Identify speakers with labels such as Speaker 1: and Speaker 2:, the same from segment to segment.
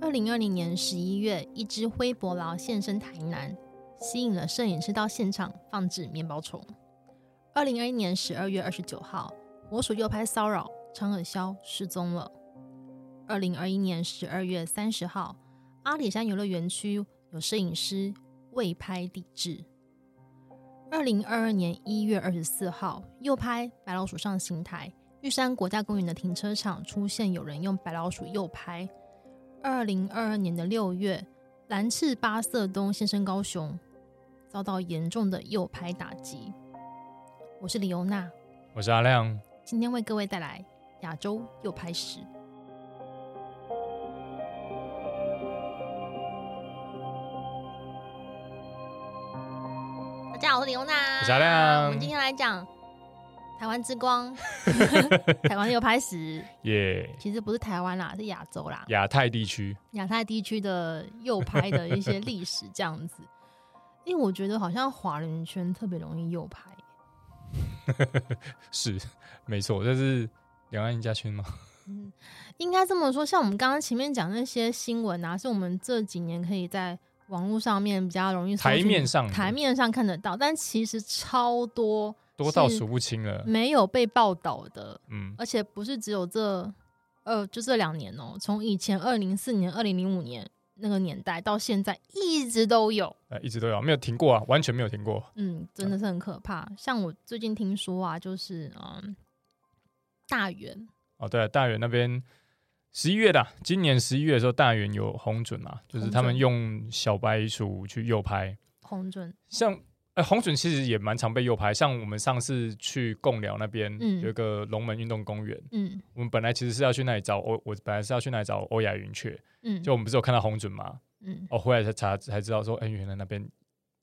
Speaker 1: 二零二零年十一月，一只灰伯劳现身台南，吸引了摄影师到现场放置面包虫。二零二一年十二月二十九号，火鼠右拍骚扰长耳鸮失踪了。二零二一年十二月三十号，阿里山游乐园区有摄影师未拍抵制。二零二二年一月二十四号，右拍白老鼠上刑台，玉山国家公园的停车场出现有人用白老鼠右拍。二零二二年的六月，蓝翅巴色东现身高雄，遭到严重的右拍打击。我是李尤娜，
Speaker 2: 我是阿亮，
Speaker 1: 今天为各位带来亚洲右拍史。大家好，我是李尤娜，
Speaker 2: 我是阿亮
Speaker 1: 啊我们今天来讲台湾之光， 台湾右拍史。
Speaker 2: 耶、
Speaker 1: 其实不是台湾啦，是亚洲啦。
Speaker 2: 亚太地区，
Speaker 1: 亚太地区 的右派的一些历史这样子。因为我觉得好像华人圈特别容易右派，
Speaker 2: 是没错，这是两岸一家亲吗？
Speaker 1: 应该这么说。像我们刚刚前面讲那些新闻啊，是我们这几年可以在网络上面比较容易搜寻
Speaker 2: 台面上的
Speaker 1: 台面上看得到，但其实超多
Speaker 2: 多到数不清了。
Speaker 1: 没有被报道的，
Speaker 2: 嗯，
Speaker 1: 而且不是只有这呃就这两年哦、从以前二零四年、二零零五年那个年代到现在，一直都有。
Speaker 2: 呃，一直都有，没有停过啊，完全没有停过。
Speaker 1: 嗯，真的是很可怕。像我最近听说啊，就是嗯，大原，
Speaker 2: 哦，对、大原那边十一月的啊、今年十一月的时候，大原有红准嘛，就是他
Speaker 1: 红
Speaker 2: 们
Speaker 1: 准
Speaker 2: 用小白鼠去诱拍，
Speaker 1: 红准，
Speaker 2: 像。呃，红隼其实也蛮常被诱拍，像我们上次去贡寮那边、
Speaker 1: 嗯
Speaker 2: 有一个龙门运动公园，
Speaker 1: 嗯
Speaker 2: 我们本来其实是要去那里找欧，我本来是要去那里找欧亚云雀，
Speaker 1: 嗯，
Speaker 2: 就我们不是有看到红隼吗？
Speaker 1: 嗯，
Speaker 2: 哦，回来才查才知道说，哎、原来那边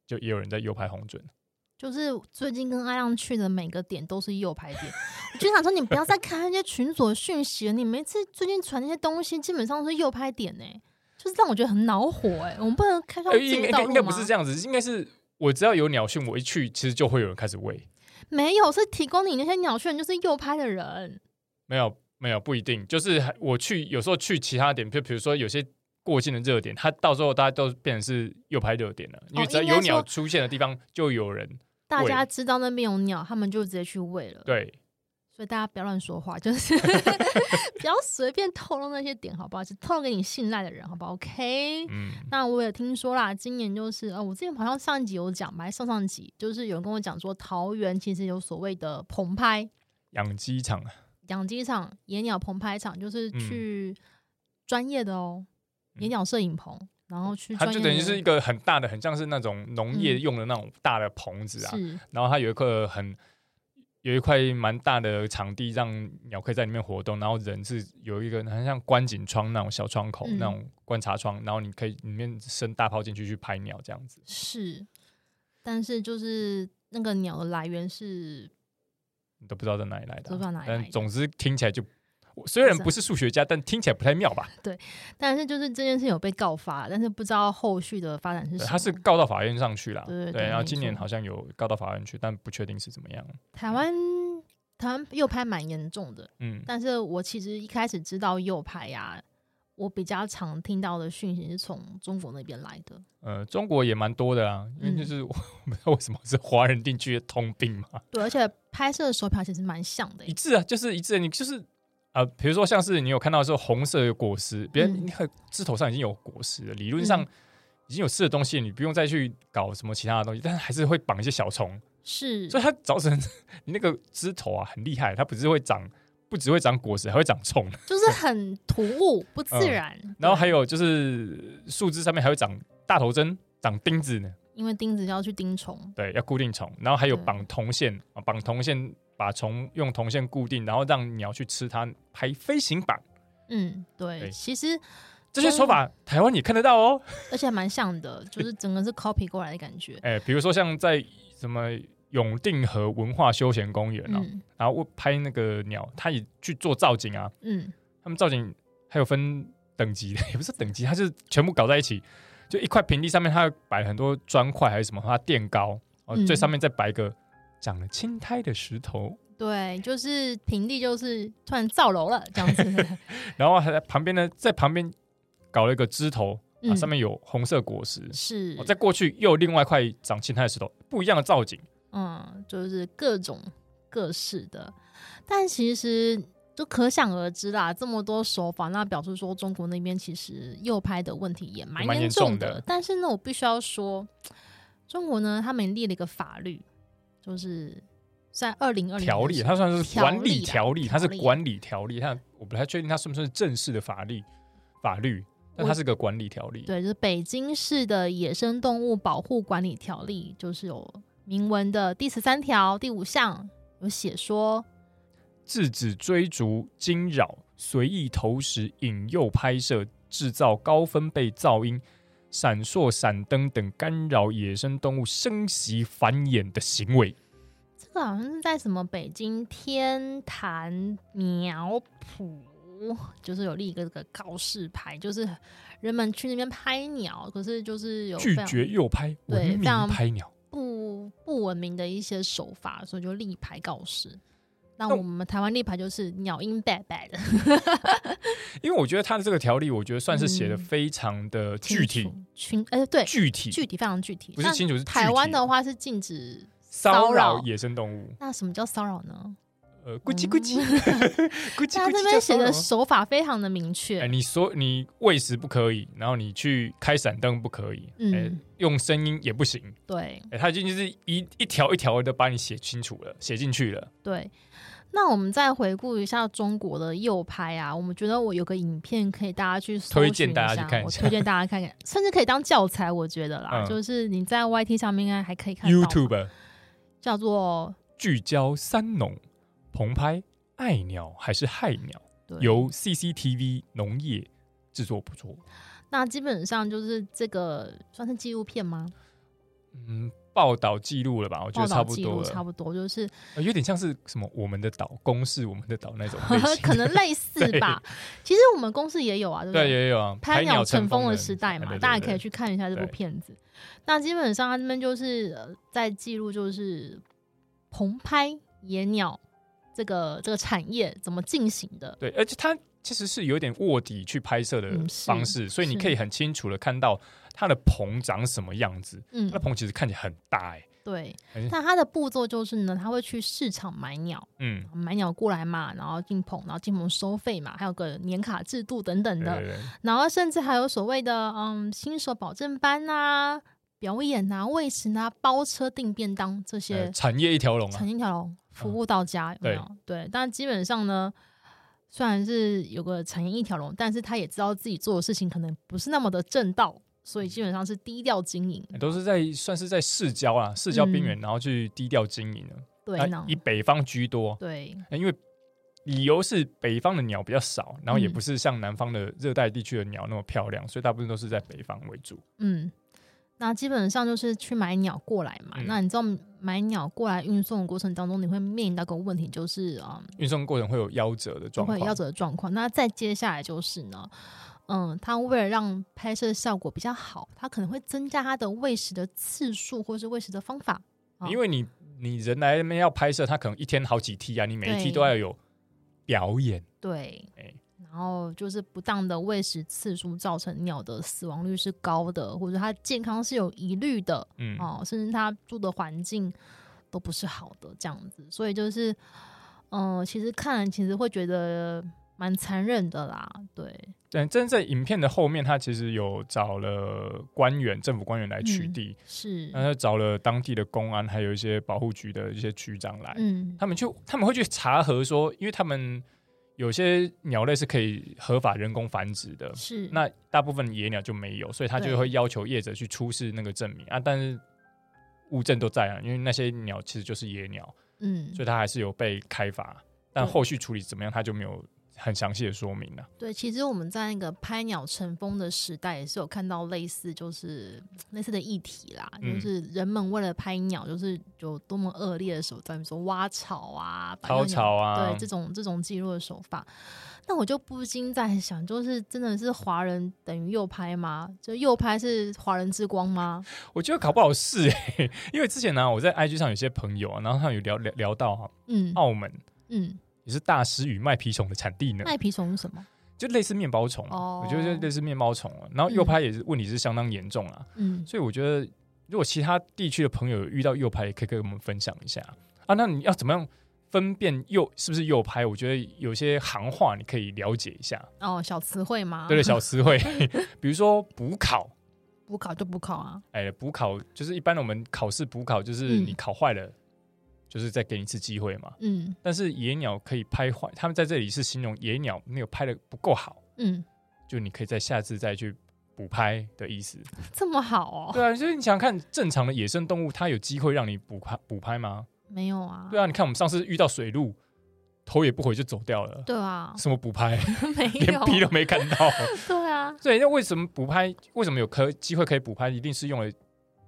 Speaker 2: 就也有人在右拍红准。
Speaker 1: 就是最近跟阿亮去的每个点都是右排点， 我就想说你不要再看那些群组的讯息了，你每次最近传那些东西基本上都是右拍点呢、就是让我觉得很恼火哎、我们不能开创
Speaker 2: 哎
Speaker 1: 自
Speaker 2: 应
Speaker 1: 己
Speaker 2: 应
Speaker 1: 道
Speaker 2: 该
Speaker 1: 路吗？
Speaker 2: 应该不是这样子，应该是我只要有鸟讯，我一去其实就会有人开始喂。
Speaker 1: 没有，是提供你那些鸟讯就是右拍的人，
Speaker 2: 没有没有不一定，就是还我去有时候去其他点，就比如说有些过境的热点，它到时候大家都变成是右拍热点了，因为只要
Speaker 1: 哦应该
Speaker 2: 有鸟
Speaker 1: 说
Speaker 2: 出现的地方就 有人。
Speaker 1: 大
Speaker 2: 喂
Speaker 1: 家知道那边有鸟，他们就直接去喂了。
Speaker 2: 对，
Speaker 1: 所以大家不要乱说话，就是 不要随便透露那些点，好不好？只透露给你信赖的人，好不好？OK。
Speaker 2: 嗯，
Speaker 1: 那我也听说啦，今年就是呃，我之前好像上一集有讲吧，还是上上集就是有人跟我讲说，桃园其实有所谓的棚拍
Speaker 2: 养鸡场啊，
Speaker 1: 养鸡场、野鸟棚拍场，就是去专业的哦，
Speaker 2: 嗯
Speaker 1: 野鸟摄影棚，然后去
Speaker 2: 它
Speaker 1: 专业
Speaker 2: 就
Speaker 1: 的嗯
Speaker 2: 等于是一个很大的，很像是那种农业用的那种大的棚子啊，
Speaker 1: 是
Speaker 2: 然后它有一个很有一块蛮大的场地，让鸟可以在里面活动，然后人是有一个很像观景窗那种小窗口、
Speaker 1: 嗯
Speaker 2: 那种观察窗，然后你可以里面伸大炮进去去拍鸟这样子。
Speaker 1: 是，但是就是那个鸟的来源是
Speaker 2: 你都不知道在哪里来的啊、
Speaker 1: 都不知道哪里来的
Speaker 2: 但总之听起来就，我虽然
Speaker 1: 不是啊
Speaker 2: 不是数学家，但听起来不太妙吧？
Speaker 1: 但是就是这件事有被告发，但是不知道后续的发展是
Speaker 2: 对
Speaker 1: 什么。
Speaker 2: 他是告到法院上去了，
Speaker 1: 对对对
Speaker 2: 然后
Speaker 1: 没
Speaker 2: 今年
Speaker 1: 错
Speaker 2: 好像有告到法院去，但不确定是怎么样。
Speaker 1: 台湾台湾右派蛮严重的，
Speaker 2: 嗯，
Speaker 1: 但是我其实一开始知道右派呀、我比较常听到的讯息是从中国那边来的。
Speaker 2: 呃，中国也蛮多的啊，
Speaker 1: 嗯
Speaker 2: 因为就是我 我不知道为什么是华人定居的通病嘛，
Speaker 1: 对，而且拍摄的手法其实蛮像的
Speaker 2: 一。致啊，就是一致的，你就是。啊，比如说像是你有看到说红色的果实，别人
Speaker 1: 嗯
Speaker 2: 你看枝头上已经有果实了，理论上
Speaker 1: 嗯
Speaker 2: 已经有吃的东西，你不用再去搞什么其他的东西，但是还是会绑一些小虫，
Speaker 1: 嗯是
Speaker 2: 所以它造成你那个枝头啊很厉害，它不是会长，不只会长果实，还会长 虫。
Speaker 1: 就是很突兀、不自然。
Speaker 2: 嗯然后还
Speaker 1: 有，
Speaker 2: 有就是树枝上面还会长大头针、长钉子呢，
Speaker 1: 因为钉子要去钉虫，
Speaker 2: 对，要固定虫。然后还有
Speaker 1: 对
Speaker 2: 绑铜线，啊绑铜线把虫用铜线固定，然后让鸟去吃它，拍飞行靶。
Speaker 1: 嗯，对，
Speaker 2: 对
Speaker 1: 其实
Speaker 2: 这些手法台湾也看得到哦。
Speaker 1: 而且还蛮像的，就是整个是 copy 过来的感觉。
Speaker 2: 哎，比如说像在什么永定河文化休闲公园啊，
Speaker 1: 嗯
Speaker 2: 然后我拍那个鸟，它也去做造景啊，
Speaker 1: 嗯，
Speaker 2: 他们造景还有分等级的，也 不是等级，它是全部搞在一起，就一块平地上面，它摆很多砖块还是什么，它垫高，哦，
Speaker 1: 嗯
Speaker 2: 最上面再摆一个长了青苔的石头，
Speaker 1: 对，就是平地就是突然造楼了这样 子，
Speaker 2: 啊然后还在旁边呢，在旁边搞了一个枝头，啊、
Speaker 1: 嗯
Speaker 2: 上面有红色果实。
Speaker 1: 是
Speaker 2: 哦，再过去又有另外一块长青苔的石头，不一样的造景。
Speaker 1: 嗯，就是各种各式的，但其实就可想而知啦，这么多手法，那表示说中国那边其实右派的问题也蛮
Speaker 2: 蛮严
Speaker 1: 重
Speaker 2: 重的
Speaker 1: 但是呢，我必须要说，中国呢，他们立了一个法律，就是在二零二零
Speaker 2: 条例，它算是管理条例，
Speaker 1: 条
Speaker 2: 它
Speaker 1: 例啦
Speaker 2: 是管理条例，它我不太确定它算不算是正式的法律法律，但它是个管理条例。
Speaker 1: 对，就是北京市的野生动物保护管理条例，就是有明文的第十三条第五项有写说，
Speaker 2: 制止追逐、惊扰、随意投食、引诱拍摄、制造高分贝噪音、闪烁、闪灯等干扰野生动物生息繁衍的行为。
Speaker 1: 这个好像是在什么北京天坛苗圃，就是有立一个这个告示牌，就是人们去那边拍鸟，可是就是有
Speaker 2: 拒
Speaker 1: 非常
Speaker 2: 绝诱拍，
Speaker 1: 对
Speaker 2: 文
Speaker 1: 非
Speaker 2: 明
Speaker 1: 常
Speaker 2: 拍鸟。
Speaker 1: 不不文明的一些手法，所以就立牌告示。那
Speaker 2: 那
Speaker 1: 我们台湾立牌就是鸟音白白的，
Speaker 2: 因为我觉得他的这个条例，我觉得算是写的
Speaker 1: 嗯
Speaker 2: 非常的具体、
Speaker 1: 清楚群，哎、对，
Speaker 2: 具体，
Speaker 1: 具体非常具体。
Speaker 2: 不是
Speaker 1: 那
Speaker 2: 清楚是具
Speaker 1: 台湾
Speaker 2: 体
Speaker 1: 的话是禁止
Speaker 2: 骚
Speaker 1: 骚
Speaker 2: 扰
Speaker 1: 扰
Speaker 2: 野生动物。
Speaker 1: 那什么叫骚扰呢？
Speaker 2: 呃，咕叽咕叽， 咕叽咕
Speaker 1: 嗯他这
Speaker 2: 叽叫
Speaker 1: 边写
Speaker 2: 骚
Speaker 1: 的
Speaker 2: 扰吗。
Speaker 1: 手法非常的明确，
Speaker 2: 哎，你说你喂食不可以，然后你去开闪灯不可以，
Speaker 1: 嗯
Speaker 2: 哎，用声音也不行，
Speaker 1: 对
Speaker 2: 哎，他已经就是一一条一条的把你写清楚了，写进去了。
Speaker 1: 对。那我们再回顾一下中国的右派啊，我们觉得我有个影片可以大家去搜
Speaker 2: 推
Speaker 1: 寻
Speaker 2: 荐大家
Speaker 1: 一下
Speaker 2: 去看一
Speaker 1: 我
Speaker 2: 下
Speaker 1: 推荐大家看看， 甚至可以当教材，我觉得啦，
Speaker 2: 嗯
Speaker 1: 就是你在 YT 上面应该还可以看到嘛
Speaker 2: YouTube
Speaker 1: 叫做
Speaker 2: 聚焦三农，棚拍爱鸟还是害鸟，
Speaker 1: 对
Speaker 2: 由 CCTV 农业制作不错。
Speaker 1: 那基本上就是这个算是纪录片吗？
Speaker 2: 嗯，报道记录了吧？我觉
Speaker 1: 报
Speaker 2: 得差
Speaker 1: 道
Speaker 2: 不
Speaker 1: 记
Speaker 2: 多
Speaker 1: 录
Speaker 2: 了，
Speaker 1: 差不多，就是
Speaker 2: 呃有点像是什么我们的岛公示我们的岛那种类型
Speaker 1: 可能类似
Speaker 2: 对
Speaker 1: 吧。其实我们公司也有啊，对不
Speaker 2: 对，也有啊，
Speaker 1: 拍鸟
Speaker 2: 鸟
Speaker 1: 乘
Speaker 2: 风哎
Speaker 1: 风的时代嘛，大家可以。去看一下这部片子。那基本上他这边就是、呃在记录，就是棚拍野鸟这个这个产业怎么进行的。
Speaker 2: 对对对对，而且它其实是有点卧底去拍摄的
Speaker 1: 嗯是
Speaker 2: 方式，所以你
Speaker 1: 是
Speaker 2: 可以很清楚的看到它的棚长什么样子。
Speaker 1: 嗯
Speaker 2: 它的，棚其实看起来很大哎、
Speaker 1: 对
Speaker 2: 哎。
Speaker 1: 那它的步骤就是呢，他会去市场买鸟，
Speaker 2: 嗯，
Speaker 1: 买鸟过来嘛，然后进棚，然后进棚收费嘛，还有个年卡制度等等
Speaker 2: 对
Speaker 1: 的。
Speaker 2: 对呃对，
Speaker 1: 然后甚至还有所谓的嗯新手保证班啊、表演啊、喂食啊、包车订便当这些。
Speaker 2: 呃产业一条龙啊
Speaker 1: 曾，经条龙服务到家，有没有？对，但基本上呢，虽然是有个产业一条龙，但是他也知道自己做的事情可能不是那么的正道，所以
Speaker 2: 嗯
Speaker 1: 基本上是低调经营。
Speaker 2: 都是在算是在市郊啊，市郊边
Speaker 1: 嗯
Speaker 2: 缘，然后去低调经营的。
Speaker 1: 对，
Speaker 2: 那
Speaker 1: 那
Speaker 2: 以北方居多，
Speaker 1: 对
Speaker 2: 呃因为理由是北方的鸟比较少，然后也
Speaker 1: 嗯
Speaker 2: 不是像南方的热带地区的鸟那么漂亮，所以大部分都是在北方为主。
Speaker 1: 嗯，那基本上就是去买鸟过来嘛。
Speaker 2: 嗯
Speaker 1: 那你知道买鸟过来运送的过程当中，你会面临到个问题，就是啊，
Speaker 2: 运送过程会有夭折的
Speaker 1: 都
Speaker 2: 状
Speaker 1: 会
Speaker 2: 况，
Speaker 1: 有夭折的状况。那再接下来就是呢。嗯，他为了让拍摄效果比较好，他可能会增加他的喂食的次数，或是喂食的方法。哦
Speaker 2: 因为你你人来那边要拍摄，它可能一天好几梯啊，你每一梯
Speaker 1: 对
Speaker 2: 都要有表演。
Speaker 1: 对
Speaker 2: 哎，
Speaker 1: 然后就是不当的喂食次数造成鸟的死亡率是高的，或者它健康是有疑虑的
Speaker 2: 嗯，
Speaker 1: 哦，甚至它住的环境都不是好的这样子，所以就是，嗯、其实看了其实会觉得蛮残忍的啦，对，
Speaker 2: 但真在影片的后面，他其实有找了官员、政府官员来取
Speaker 1: 嗯
Speaker 2: 缔，
Speaker 1: 是，
Speaker 2: 那、他找了当地的公安，还有一些保护局的一些局长来，
Speaker 1: 嗯，
Speaker 2: 他们就他们会去查核说，因为他们有些鸟类是可以合法人工繁殖的，
Speaker 1: 是，
Speaker 2: 呃那大部分野鸟就没有，所以他
Speaker 1: 对
Speaker 2: 就会要求业者去出示那个证明啊，但是物证都在啊，因为那些鸟其实就是野鸟，
Speaker 1: 嗯
Speaker 2: 所以它还是有被开发，但
Speaker 1: 对
Speaker 2: 后续处理怎么样，他就没有很详细的说明了、
Speaker 1: 对，其实我们在那个拍鸟成风的时代，也是有看到类似就是类似的议题啦，
Speaker 2: 嗯
Speaker 1: 就是人们为了拍鸟，就是有多么恶劣的手段，比如说挖草啊、把
Speaker 2: 掏
Speaker 1: 鸟
Speaker 2: 草啊
Speaker 1: 对这种这种记录的手法。那我就不禁在想，就是真的是华人等于右拍吗？就右拍是华人之光吗？
Speaker 2: 我觉得搞不好是哎、因为之前呢、我在 IG 上有些朋友啊，然后他们有聊聊聊到哈、
Speaker 1: 嗯
Speaker 2: 澳门
Speaker 1: 嗯，
Speaker 2: 也是大师与麦皮虫的产地呢，
Speaker 1: 麦皮虫是什么？
Speaker 2: 就类似面包虫啊、
Speaker 1: 哦
Speaker 2: 我觉得就类似面包虫、啊。然后右派也是、问题是相当严重啊，
Speaker 1: 嗯，
Speaker 2: 所以我觉得如果其他地区的朋友有遇到右派，也可以跟我们分享一下啊。那你要怎么样分辨右是不是右派？我觉得有些行话你可以了解一下，
Speaker 1: 哦，小词汇吗？
Speaker 2: 对对，小 词汇，比如说补考。
Speaker 1: 补考就补考啊。
Speaker 2: 哎，补考就是一般我们考试补考，就是
Speaker 1: 嗯
Speaker 2: 你考坏了，就是再给你一次机会嘛。
Speaker 1: 嗯
Speaker 2: 但是野鸟可以拍坏，他们在这里是形容野鸟没有拍的不够好，
Speaker 1: 嗯，
Speaker 2: 就你可以在下次再去补拍的意思。
Speaker 1: 这么好哦？
Speaker 2: 对啊，就是你想想看正常的野生动物，它有机会让你补拍补拍吗？
Speaker 1: 没有啊。
Speaker 2: 对啊，你看我们上次遇到水鹿，头也不回就走掉了，
Speaker 1: 对啊，
Speaker 2: 什么补拍，
Speaker 1: 没
Speaker 2: 连
Speaker 1: 有，
Speaker 2: 皮都没看 到。
Speaker 1: 对啊，
Speaker 2: 所以那为什么补拍？为什么有可机会可以补拍？一定是用了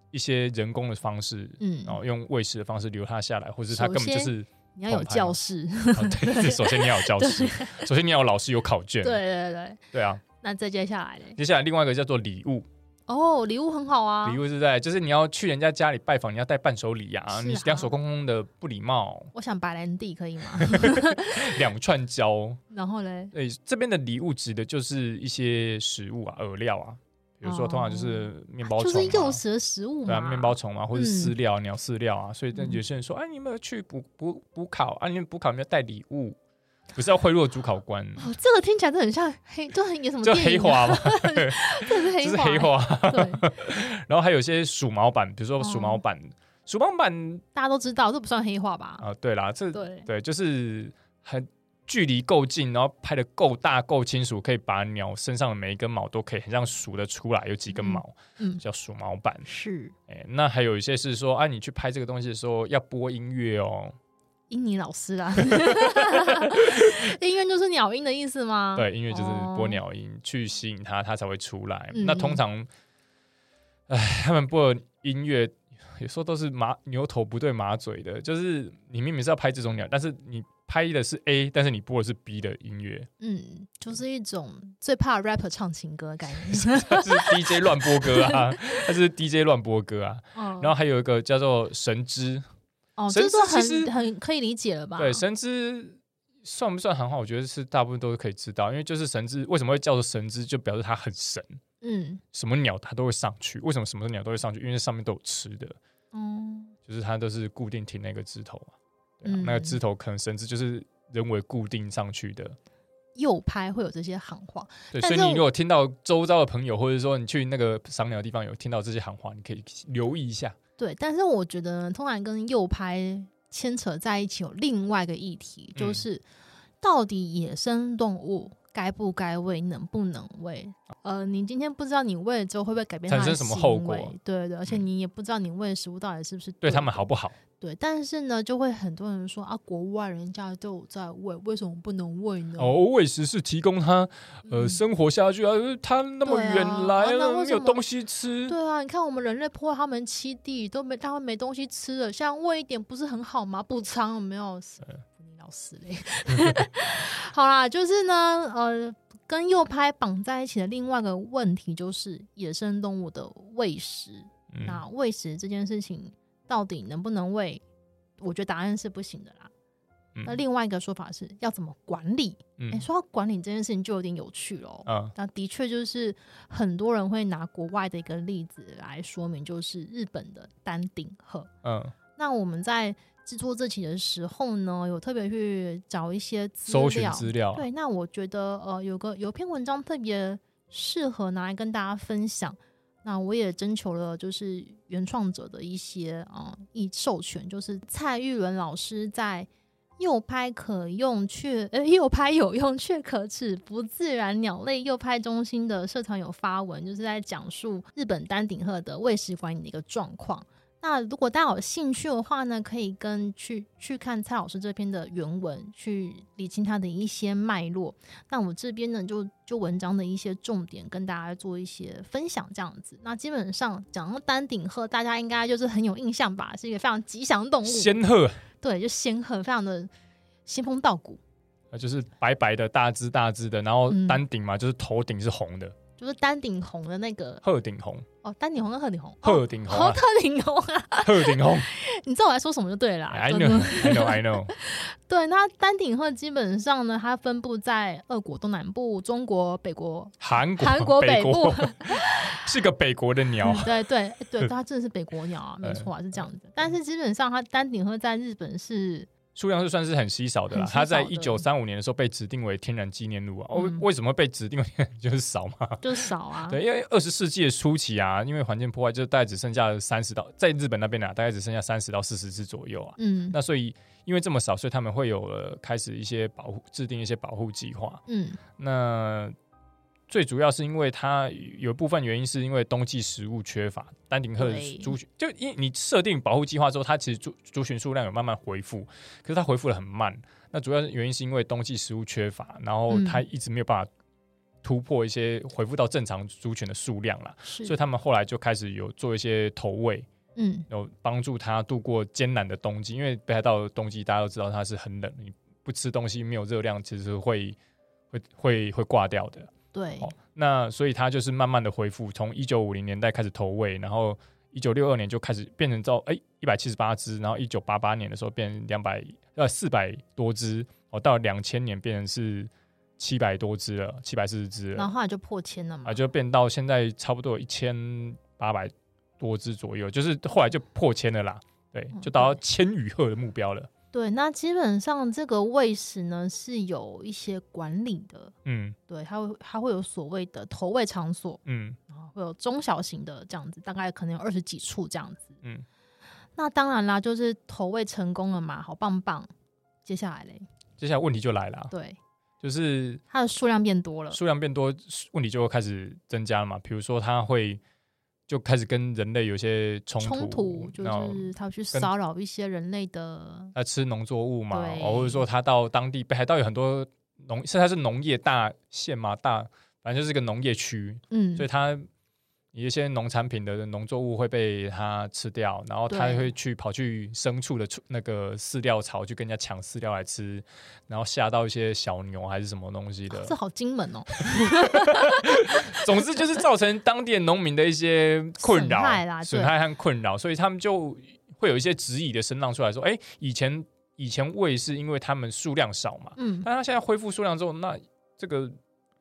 Speaker 2: 一些人工的方式，
Speaker 1: 嗯，
Speaker 2: 然后用喂食的方式留它下来，或是它
Speaker 1: 首
Speaker 2: 根本就
Speaker 1: 先
Speaker 2: 是，
Speaker 1: 你要有
Speaker 2: 换牌
Speaker 1: 教
Speaker 2: 吗
Speaker 1: 室，
Speaker 2: 哦对，首先你要有教师，首先你要有老师有考卷，
Speaker 1: 对对对。
Speaker 2: 对啊。
Speaker 1: 那再接下来嘞，
Speaker 2: 接下来另外一个叫做礼物，
Speaker 1: 哦，礼物很好啊，
Speaker 2: 礼物是在就是你要去人家家里拜访，你要带伴手礼啊，
Speaker 1: 是
Speaker 2: 你
Speaker 1: 啊
Speaker 2: 两手空空的不礼貌，
Speaker 1: 我想白兰地可以 吗？
Speaker 2: 两串胶。
Speaker 1: 然后嘞，
Speaker 2: 对，这边的礼物指的就是一些食物啊、饵料啊，比如说
Speaker 1: 哦
Speaker 2: 通常就是面包
Speaker 1: 就
Speaker 2: 虫、啊，
Speaker 1: 是幼时的食物
Speaker 2: 对
Speaker 1: 嘛，
Speaker 2: 啊，面包虫嘛，或者
Speaker 1: 嗯
Speaker 2: 饲料、鸟饲料啊，所以但
Speaker 1: 嗯
Speaker 2: 有些人说，哎、你有没有去补补补考啊？你们补考有没有带礼物？不是要贿赂主考官，
Speaker 1: 哦，这个听起来就很像黑，就很有什么
Speaker 2: 就
Speaker 1: 电
Speaker 2: 黑
Speaker 1: 影啊，
Speaker 2: 化 嘛，
Speaker 1: 这是
Speaker 2: 这
Speaker 1: 黑
Speaker 2: 是
Speaker 1: 化，欸
Speaker 2: 黑化。
Speaker 1: 对，
Speaker 2: 然后还有一些鼠毛板，比如说
Speaker 1: 哦
Speaker 2: 鼠毛板，鼠毛板
Speaker 1: 大家都知道，这不算黑化吧？
Speaker 2: 啊，对啦，这
Speaker 1: 对，
Speaker 2: 对就是很距离够近，然后拍的够大够清楚，可以把鸟身上的每一根毛都可以很像数得出来有几根
Speaker 1: 嗯
Speaker 2: 毛，
Speaker 1: 嗯，
Speaker 2: 叫鼠毛板。
Speaker 1: 是
Speaker 2: 哎，那还有一些是说，啊，你去拍这个东西的时候要播音乐哦，
Speaker 1: 英尼老师啦， 音乐就是鸟音的意思吗？
Speaker 2: 对，音乐就是播
Speaker 1: 哦
Speaker 2: 鸟音、去吸引它，它才会出来。
Speaker 1: 嗯
Speaker 2: 那通常，哎，他们播的音乐有时候都是马牛头不对马嘴的，就是你明明是要拍这种鸟，但是你拍的是 A，但是你播的是 B 的 音乐，
Speaker 1: 嗯，就是一种最怕 rapper 唱情歌的概念，
Speaker 2: 它是 DJ 乱播歌啊，它是 DJ 乱播歌啊。
Speaker 1: 嗯
Speaker 2: 然后还有一个叫做神之，
Speaker 1: 哦，
Speaker 2: 神
Speaker 1: 这
Speaker 2: 之
Speaker 1: 就
Speaker 2: 其实
Speaker 1: 很很可以理解了吧？
Speaker 2: 对，神之。算不算行话？我觉得是大部分都可以知道，因为就是神之为什么会叫做神之，就表示它很神，
Speaker 1: 嗯
Speaker 2: 什么鸟它都会上去。为什么什么鸟都会上去？因为上面都有吃的，
Speaker 1: 嗯
Speaker 2: 就是它都是固定停那个枝头嘛。对啊，
Speaker 1: 嗯
Speaker 2: 那个枝头可能甚至就是人为固定上去的。
Speaker 1: 右拍会有这些行话，
Speaker 2: 对，
Speaker 1: 但
Speaker 2: 所
Speaker 1: 是
Speaker 2: 以你
Speaker 1: 我
Speaker 2: 如果听到周遭的朋友，或者说你去那个赏鸟的地方有听到这些行话，你可以留意一下。
Speaker 1: 对，但是我觉得通常跟右拍牵扯在一起有另外一个议题，就
Speaker 2: 嗯
Speaker 1: 是、到底野生动物该不该喂，能不能喂？呃，你今天不知道你喂了之后会不会改变
Speaker 2: 产
Speaker 1: 它的
Speaker 2: 生什么后
Speaker 1: 行为
Speaker 2: 果
Speaker 1: 对对，而且
Speaker 2: 嗯
Speaker 1: 你也不知道你喂的食物到底是不是
Speaker 2: 对
Speaker 1: 的
Speaker 2: 他们好不好？
Speaker 1: 对，但是呢，就会很多人说啊，国外人家都有在喂，为什么不能喂呢？
Speaker 2: 哦，喂食是提供他呃
Speaker 1: 嗯
Speaker 2: 生活下去啊，呃他那么
Speaker 1: 对啊
Speaker 2: 远来
Speaker 1: 啊那
Speaker 2: 了，
Speaker 1: 为
Speaker 2: 没
Speaker 1: 什
Speaker 2: 有
Speaker 1: 么
Speaker 2: 东西吃。
Speaker 1: 对啊，你看我们人类破坏他们栖地，都没他们没东西吃了，像喂一点不是很好吗？补偿有没有？是
Speaker 2: 哎
Speaker 1: 你老师嘞。 好啦，就是呢，呃，跟右拍绑在一起的另外一个问题就是野生动物的喂食。
Speaker 2: 嗯
Speaker 1: 那喂食这件事情到底能不能喂？我觉得答案是不行的啦。那另外一个说法是要怎么管理？
Speaker 2: 嗯
Speaker 1: 哎、说到管理这件事情就有点有趣喽。
Speaker 2: 啊
Speaker 1: 那的确就是很多人会拿国外的一个例子来说明，就是日本的丹顶鹤。
Speaker 2: 嗯，
Speaker 1: 那我们在制作这期的时候呢，有特别去找一些资
Speaker 2: 搜寻
Speaker 1: 料。
Speaker 2: 资料啊，
Speaker 1: 对，那我觉得呃，有个有篇文章特别适合拿来跟大家分享。那我也征求了就是原创者的一些啊、呃、一授权，就是蔡玉伦老师在。右拍可用却，呃，右拍有用却可耻，不自然鸟类右拍中心的社团有发文，就是在讲述日本丹顶鹤的喂食管理的一个状况。那如果大家有兴趣的话呢，可以跟去去看蔡老师这篇的原文，去理清它的一些脉络。那我这边呢，就就文章的一些重点跟大家做一些分享，这样子。那基本上讲到丹顶鹤，大家应该就是很有印象吧，是一个非常吉祥动物，
Speaker 2: 仙鹤
Speaker 1: 对，就仙鹤，非常的仙风道骨。
Speaker 2: 啊，就是白白的、大只大只的，然后
Speaker 1: 嗯
Speaker 2: 丹顶嘛，就是头顶是红的，
Speaker 1: 就是丹顶红的那个
Speaker 2: 鹤顶红，
Speaker 1: 哦，丹顶红跟鹤顶红，
Speaker 2: 鹤顶红
Speaker 1: 哦，
Speaker 2: 啊
Speaker 1: 鹤，顶红啊，
Speaker 2: 鹤顶红
Speaker 1: 你知道我在说什么就对了啊、
Speaker 2: ，I
Speaker 1: 真
Speaker 2: know
Speaker 1: 的
Speaker 2: I know I know，
Speaker 1: 对，那丹顶鹤基本上呢，它分布在俄国东南部、中国北国
Speaker 2: 韩国
Speaker 1: 韩国北
Speaker 2: 北国
Speaker 1: 部
Speaker 2: 是个北国的鸟
Speaker 1: 嗯，对对 对，它真的是北国鸟啊，没错啊，是这样子。但是基本上，它丹顶鹤在日本是
Speaker 2: 数量是算是很稀少的啦
Speaker 1: 很。稀
Speaker 2: 它在
Speaker 1: 少的
Speaker 2: 一九三五年的时候被指定为天然纪念物啊。哦，
Speaker 1: 嗯
Speaker 2: 为什么被指定为天然 就是少嘛？
Speaker 1: 就少啊，
Speaker 2: 对，因为二十世纪的初期啊，因为环境破坏，就大概只剩下三十到在日本那边啊，大概只剩下三十到四十只左右啊。
Speaker 1: 嗯
Speaker 2: 那所以因为这么少，所以他们会有了开始一些保护，制定一些保护计划。
Speaker 1: 嗯
Speaker 2: 那最主要是因为它有部分原因是因为冬季食物缺乏，丹顶鹤的
Speaker 1: 对
Speaker 2: 猪群就因为你设定保护计划之后，它其实猪猪群数量有慢慢恢复，可是它恢复的很慢。那主要原因是因为冬季食物缺乏，然后
Speaker 1: 嗯
Speaker 2: 它一直没有办法突破一些恢复到正常猪群的数量啦，
Speaker 1: 是
Speaker 2: 所以他们后来就开始有做一些投喂，
Speaker 1: 嗯
Speaker 2: 有帮助它度过艰难的冬季。因为北海道的冬季大家都知道它是很冷，你不吃东西没有热量，其实会会会会挂掉的。
Speaker 1: 对
Speaker 2: 哦，那所以它就是慢慢的恢复，从一九五零年代开始投喂，然后一九六二年就开始变成到哎一百七十八只，然后一九八八年的时候变两百呃四百多只，哦，到两千年变成是七百多只了，七百四十只
Speaker 1: 然
Speaker 2: 了，
Speaker 1: 后后来就破千了嘛
Speaker 2: 啊，，就变到现在差不多有一千八百多只左右，就是后来就破千了啦，对，
Speaker 1: 嗯
Speaker 2: 就达到
Speaker 1: 对
Speaker 2: 千羽鹤的目标了，
Speaker 1: 对，那基本上这个喂食呢是有一些管理的，
Speaker 2: 嗯
Speaker 1: 对，它会它会有所谓的投喂场所，
Speaker 2: 嗯，
Speaker 1: 然后会有中小型的这样子，大概可能有二十几处这样子。
Speaker 2: 嗯，
Speaker 1: 那当然啦，就是投喂成功了嘛，好棒棒。接下来嘞，
Speaker 2: 接下来问题就来了啊，
Speaker 1: 对，
Speaker 2: 就是
Speaker 1: 它的数量变多了，
Speaker 2: 数量变多，问题就会开始增加了嘛。比如说，它会就开始跟人类有一些冲
Speaker 1: 冲突就
Speaker 2: 然后
Speaker 1: 是它去
Speaker 2: 跟
Speaker 1: 骚扰一些人类的，
Speaker 2: 它吃农作物嘛，
Speaker 1: 对
Speaker 2: 哦或者说它到当地北海道有很多农，现在是农业大县嘛，大反正就是一个农业区，
Speaker 1: 嗯
Speaker 2: 所以，它有一些农产品的农作物会被它吃掉，然后它
Speaker 1: 对
Speaker 2: 会去跑去牲畜的畜那个饲料槽去跟人家抢饲料来吃，然后吓到一些小牛还是什么东西的
Speaker 1: 这，好金门哦，
Speaker 2: 总之就是造成当地的农民的一些困扰、
Speaker 1: 损害啦对
Speaker 2: 损害和困扰，所以他们就会有一些质疑的声浪出来说：“哎、以前以前喂是因为他们数量少嘛，
Speaker 1: 嗯，
Speaker 2: 但他现在恢复数量之后，那这个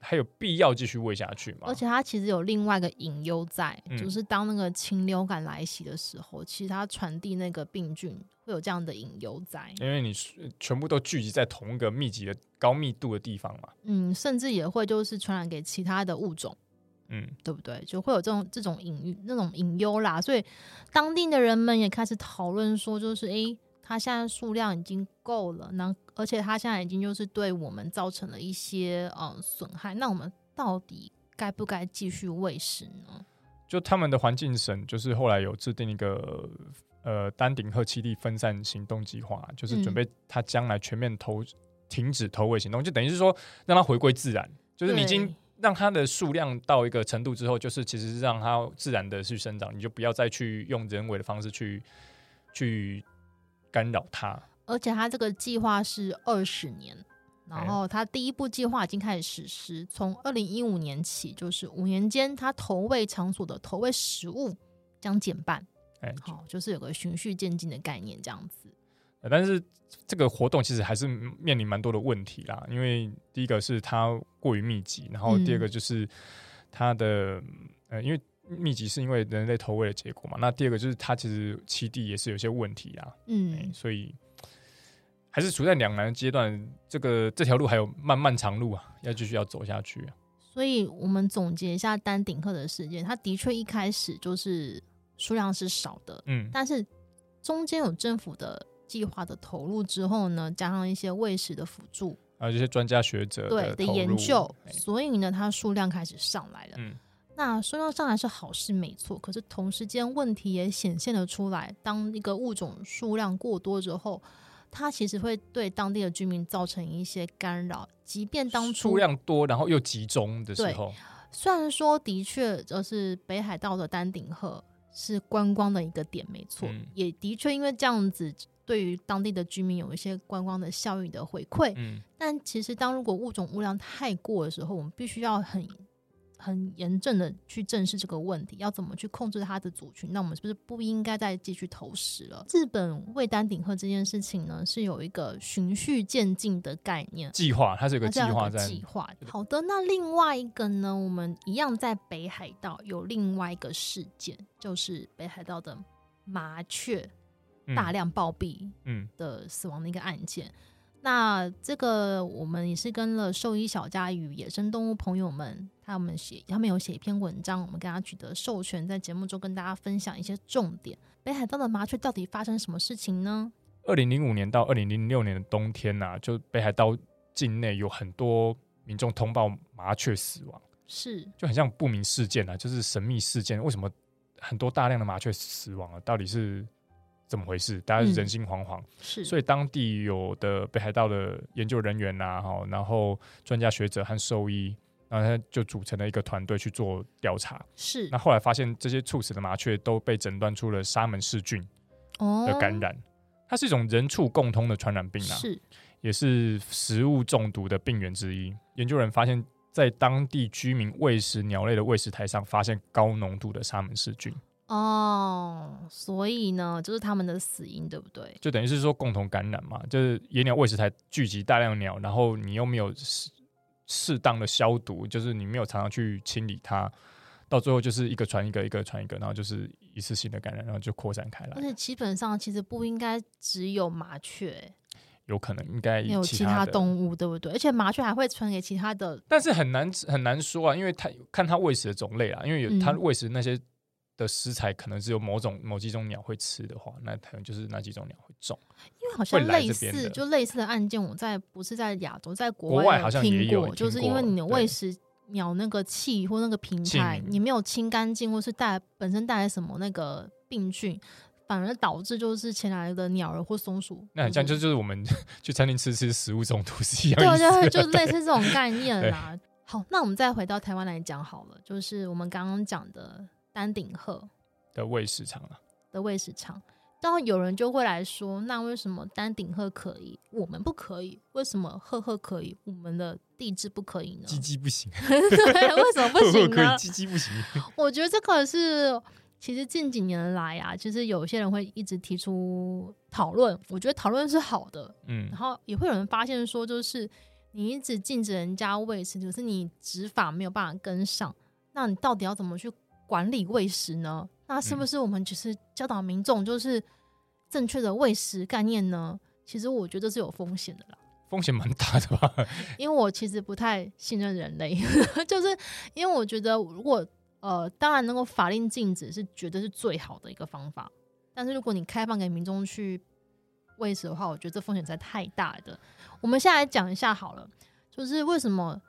Speaker 2: 还有必要继续喂下去吗
Speaker 1: 而？”且它其实有另外一个隐忧在，
Speaker 2: 嗯
Speaker 1: 就是当那个禽流感来袭的时候，其实它传递那个病菌会有这样的隐忧在，
Speaker 2: 因为你全部都聚集在同一个密集的高密度的地方嘛，
Speaker 1: 嗯，甚至也会就是传染给其他的物种。
Speaker 2: 嗯，
Speaker 1: 对不对？就会有这种这种隐喻、那种隐忧啦，所以当地的人们也开始讨论说，就是诶，它现在数量已经够了，那而且它现在已经就是对我们造成了一些呃损害，那我们到底该不该继续喂食呢？
Speaker 2: 就他们的环境省就是后来有制定一个呃丹顶鹤栖地分散行动计划，就是
Speaker 1: 嗯
Speaker 2: 准备它将来全面投停止投喂行动，就等于是说让它回归自然，就是你已经
Speaker 1: 对
Speaker 2: 让它的数量到一个程度之后，就是其实是让它自然的去生长，你就不要再去用人为的方式去去干扰它。
Speaker 1: 而且它这个计划是二十年，
Speaker 2: 哎
Speaker 1: 然后它第一步计划已经开始实施，从二零一五年起，就是五年间，它投喂场所的投喂食物将减半。
Speaker 2: 哎
Speaker 1: 好、就是有个循序渐进的概念，这样子。
Speaker 2: 呃但是这个活动其实还是面临蛮多的问题啦，因为第一个是它过于密集，然后
Speaker 1: 嗯
Speaker 2: 第二个就是它的、呃，因为密集是因为人类投喂的结果嘛，那第二个就是它其实栖地也是有些问题啦，哎、
Speaker 1: 嗯，
Speaker 2: 所以还是处在两难的阶段，这个这条路还有漫漫长路啊，要继续要走下去啊、
Speaker 1: 所以我们总结一下丹顶鹤的事件，它的确一开始就是数量是少的，
Speaker 2: 嗯，
Speaker 1: 但是中间有政府的计划的投入之后呢，加上一些喂食的辅助，
Speaker 2: 还有这些专家学者
Speaker 1: 对的
Speaker 2: 投入
Speaker 1: 研究，
Speaker 2: 哎
Speaker 1: 所以呢，它数量开始上来了。
Speaker 2: 嗯
Speaker 1: 那说到上来是好事没错，可是同时间问题也显现了出来。当一个物种数量过多之后，它其实会对当地的居民造成一些干扰。即便当初
Speaker 2: 数量多，然后又集中的时候，
Speaker 1: 虽然说的确就是北海道的丹顶鹤是观光的一个点，没错，
Speaker 2: 嗯
Speaker 1: 也的确因为这样子，对于当地的居民有一些观光的效应的回馈。
Speaker 2: 嗯，
Speaker 1: 但其实，当如果物种物量太过的时候，我们必须要很很严正的去正视这个问题，要怎么去控制它的族群？那我们是不是不应该再继续投食了？日本喂丹顶鹤这件事情呢，是有一个循序渐进的概念。
Speaker 2: 计划它是有个
Speaker 1: 它是
Speaker 2: 计
Speaker 1: 要有
Speaker 2: 划
Speaker 1: 个
Speaker 2: 在，
Speaker 1: 计划。好的，那另外一个呢？我们一样在北海道有另外一个事件，就是北海道的麻雀
Speaker 2: 嗯
Speaker 1: 大量暴毙
Speaker 2: 嗯
Speaker 1: 的死亡的一个案件。那这个我们也是跟了兽医小家与野生动物朋友们，他们写他们有写一篇文章，我们跟他取得授权，在节目中跟大家分享一些重点。北海道的麻雀到底发生什么事情呢？
Speaker 2: 二零零五年到二零零六年的冬天呐、就北海道境内有很多民众通报麻雀死亡，
Speaker 1: 是
Speaker 2: 就很像不明事件啊，就是神秘事件。为什么很多大量的麻雀死亡啊？到底是怎么回事？大家
Speaker 1: 嗯
Speaker 2: 人心惶惶，
Speaker 1: 是，
Speaker 2: 所以当地有的北海道的研究人员呐、啊，哈，然后专家学者和兽医，然后他就组成了一个团队去做调查。
Speaker 1: 是
Speaker 2: 那后来发现，这些猝死的麻雀都被诊断出了沙门氏菌
Speaker 1: 哦
Speaker 2: 的感染，它是一种人畜共通的传染病啊。
Speaker 1: 是
Speaker 2: 也是食物中毒的病源之一。研究人发现，在当地居民喂食鸟类的喂食台上发现高浓度的沙门氏菌，
Speaker 1: 哦，所以呢，就是他们的死因，对不对？
Speaker 2: 就等于是说共同感染嘛，就是野鸟喂食台聚集大量鸟，然后你又没有适适当的消毒，就是你没有常常去清理它。到最后就是一个传一个，一个传一个，然后就是一次性的感染，然后就扩散开
Speaker 1: 而
Speaker 2: 来，
Speaker 1: 且基本上其实不应该只有麻雀，
Speaker 2: 有可能应该
Speaker 1: 没有其他
Speaker 2: 哎他的
Speaker 1: 动物，对不对？而且麻雀还会传给其他的，
Speaker 2: 但是很难很难说啊，因为它看它喂食的种类啦，因为有
Speaker 1: 嗯
Speaker 2: 它喂食那些的食材，可能只有某种某几种鸟会吃的话，那可能就是那几种鸟会中。
Speaker 1: 因为好像
Speaker 2: 会来
Speaker 1: 类
Speaker 2: 这边
Speaker 1: 似
Speaker 2: 的
Speaker 1: 就类似的案件，我在不是在亚洲，在国
Speaker 2: 国
Speaker 1: 外
Speaker 2: 外好像
Speaker 1: 听
Speaker 2: 也有
Speaker 1: 过，
Speaker 2: 听
Speaker 1: 就是因为
Speaker 2: 过
Speaker 1: 你的
Speaker 2: 对
Speaker 1: 喂食鸟那个气或那个平
Speaker 2: 气
Speaker 1: 台，
Speaker 2: 民
Speaker 1: 你没有清干净，或是带来本身带来什么那个病菌，反而导致就是前来的鸟儿或松鼠，
Speaker 2: 那很像就是就是我们 去餐厅吃吃食物中毒是一样意
Speaker 1: 嗯对
Speaker 2: 思啊。
Speaker 1: 对，就 类似这种概念
Speaker 2: 对
Speaker 1: 啦。好，那我们再回到台湾来讲好了，就是我们刚刚讲的丹顶鹤
Speaker 2: 的喂食场啊，
Speaker 1: 的喂食场，然后有人就会来说，那为什么丹顶鹤可以，我们不可以？为什么鹤鹤可以，我们的地质啊不可以呢？
Speaker 2: 鸡鸡不行，
Speaker 1: 对，为什么不 行啊
Speaker 2: 可以
Speaker 1: 呢？
Speaker 2: 鸡鸡不行。
Speaker 1: 我觉得这个是，其实近几年来啊，就是有些人会一直提出讨论，我觉得讨论是好的，
Speaker 2: 嗯
Speaker 1: 然，后也会有人发现说，就是你一直禁止人家喂食，可是你执法没有办法跟上，那你到底要怎么去管理喂食呢？那是不
Speaker 2: 嗯
Speaker 1: 是我们只是教导民众就是正确的喂食概念呢？其实我觉得这是有风险的啦，
Speaker 2: 风险蛮大的吧？
Speaker 1: 因为我其实不太信任人类， 就是因为我觉得如果呃，当然能够法令禁止是绝对是最好的一个方法，但是如果你开放给民众去喂食的话，我觉得这风险实在太大的。我们现在来讲一下好了，就是为什么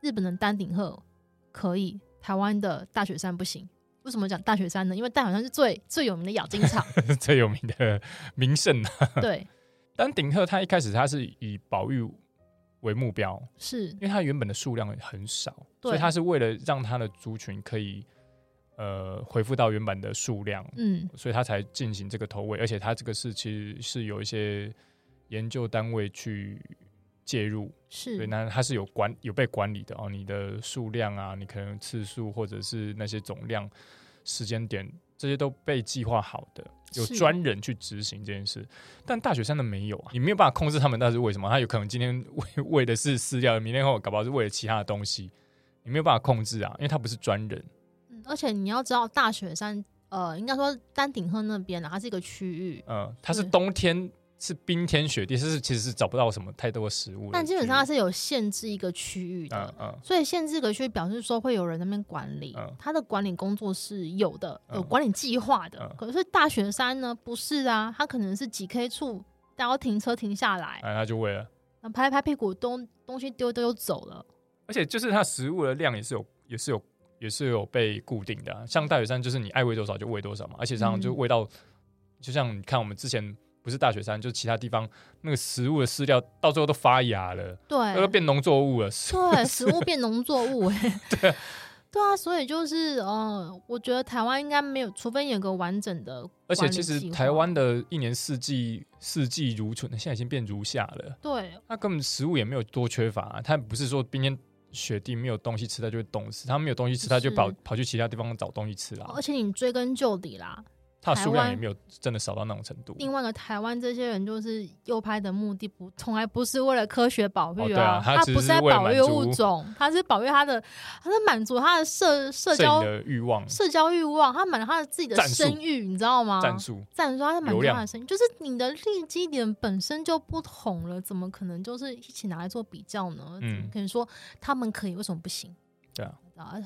Speaker 1: 日本的丹顶鹤可以，台湾的大雪山不行？为什么讲大雪山呢？因为大雪山是最最有名的养金场，
Speaker 2: 最有名的名胜啊，
Speaker 1: 对，
Speaker 2: 丹顶鹤它一开始它是以保育为目标，
Speaker 1: 是
Speaker 2: 因为它原本的数量很少，
Speaker 1: 对
Speaker 2: 所以它是为了让它的族群可以呃恢复到原本的数量，
Speaker 1: 嗯
Speaker 2: 所以它才进行这个投喂，而且它这个是其实是有一些研究单位去介入，对，
Speaker 1: 是
Speaker 2: 那嗯它是有管有被管理的哦，你的数量啊，你可能次数或者是那些总量、时间点，这些都被计划好的，有
Speaker 1: 是
Speaker 2: 专人去执行这件事。但大雪山的没有啊，你没有办法控制他们，那是为什么？他有可能今天为为的是饲料，明天后搞不好是为了其他的东西，你没有办法控制啊，因为他不是专人。
Speaker 1: 嗯而且你要知道大雪山，呃，应该说丹顶鹤那边呢，它是一个区域，
Speaker 2: 嗯，它是
Speaker 1: 对
Speaker 2: 冬天是冰天雪地，是其实是找不到什么太多的食物的。
Speaker 1: 但基本上它是有限制一个区域的。
Speaker 2: 嗯嗯
Speaker 1: 所以限制个区域表示说会有人在那边管理，
Speaker 2: 嗯
Speaker 1: 它的管理工作是有的，有
Speaker 2: 嗯
Speaker 1: 管理计划的。
Speaker 2: 嗯
Speaker 1: 可是大雪山呢，不是啊，它可能是几 K 处，大家要停车停下来，
Speaker 2: 哎，他就为了，
Speaker 1: 然后拍拍屁股东东西丢一丢就走了。
Speaker 2: 而且就是它食物的量也是有也是有也是有被固定的啊、像大雪山就是你爱喂多少就喂多少嘛，而且常常就
Speaker 1: 嗯
Speaker 2: 喂到，就像你看我们之前不是大雪山，就是其他地方那个食物的饲料到最后都发芽了，都
Speaker 1: 对，
Speaker 2: 变农 作物了，
Speaker 1: 对，食物变农作物、欸， 对。 对啊，所以就是，呃，我觉得台湾应该没有，除非有个完整的管
Speaker 2: 而且
Speaker 1: 理
Speaker 2: 其实
Speaker 1: 计划
Speaker 2: 台湾的一年四季四季如春，现在已经变如夏了，
Speaker 1: 对
Speaker 2: 它根本食物也没有多缺乏、啊，它不是说冰天雪地没有东西吃，它就会冻死，它没有东西吃，它就跑
Speaker 1: 是哦
Speaker 2: 跑去其他地方找东西吃啦
Speaker 1: 而。且你追根究底啦，
Speaker 2: 它的数
Speaker 1: 台
Speaker 2: 量
Speaker 1: 湾
Speaker 2: 也没有真的少到那种程度。
Speaker 1: 另外一个台湾这些人就是右派的目的不，从来不是为了科学保
Speaker 2: 哦
Speaker 1: 育
Speaker 2: 对啊他
Speaker 1: 他
Speaker 2: 只
Speaker 1: 不
Speaker 2: 是
Speaker 1: 在
Speaker 2: 为了
Speaker 1: 保
Speaker 2: 满
Speaker 1: 育
Speaker 2: 足
Speaker 1: 物种，他是保育他的，他是满足他的社社
Speaker 2: 摄影
Speaker 1: 交
Speaker 2: 的欲望、
Speaker 1: 社交欲望，他满足他的自己的
Speaker 2: 战术
Speaker 1: 声誉，你知道吗？
Speaker 2: 战术，
Speaker 1: 赞说他是满
Speaker 2: 流
Speaker 1: 足
Speaker 2: 量
Speaker 1: 他的声音，就是你的利基点本身就不同了，怎么可能就是一起拿来做比较呢？
Speaker 2: 嗯
Speaker 1: 怎么可能说他们可以，为什么不行？
Speaker 2: 对啊，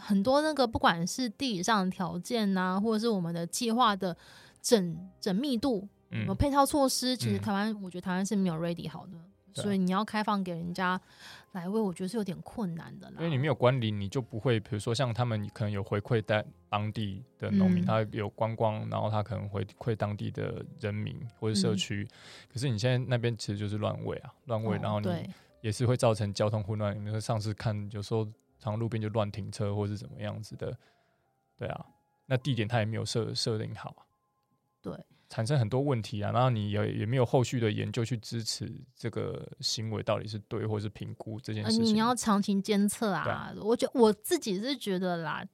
Speaker 1: 很多那个不管是地理上的条件呐、或者是我们的计划的缜缜密度，我
Speaker 2: 嗯
Speaker 1: 们，配套啊措施，其实
Speaker 2: 嗯
Speaker 1: 台湾、我觉得台湾是没有 ready 好的，
Speaker 2: 对啊
Speaker 1: 所以你要开放给人家来喂，我觉得是有点困难的啦。
Speaker 2: 因为你没有管理，你就不会，比如说像他们可能有回馈在当地的农
Speaker 1: 嗯
Speaker 2: 民，他有观光，然后他可能回馈当地的人民或者社
Speaker 1: 嗯
Speaker 2: 区。可是你现在那边其实就是乱喂啊，乱喂，
Speaker 1: 哦
Speaker 2: 然后你
Speaker 1: 对
Speaker 2: 也是会造成交通混乱。你们上次看，有时候常路边就乱停车，或是怎么样子的，对啊。那地点它也没有设设定好啊，
Speaker 1: 对
Speaker 2: 产生很多问题啊。然后你也也没有后续的研究去支持这个行为到底是对，或是评估这件
Speaker 1: 呃，
Speaker 2: 事情。
Speaker 1: 你要长期监测
Speaker 2: 对
Speaker 1: 啊。我觉我自己是觉得啦，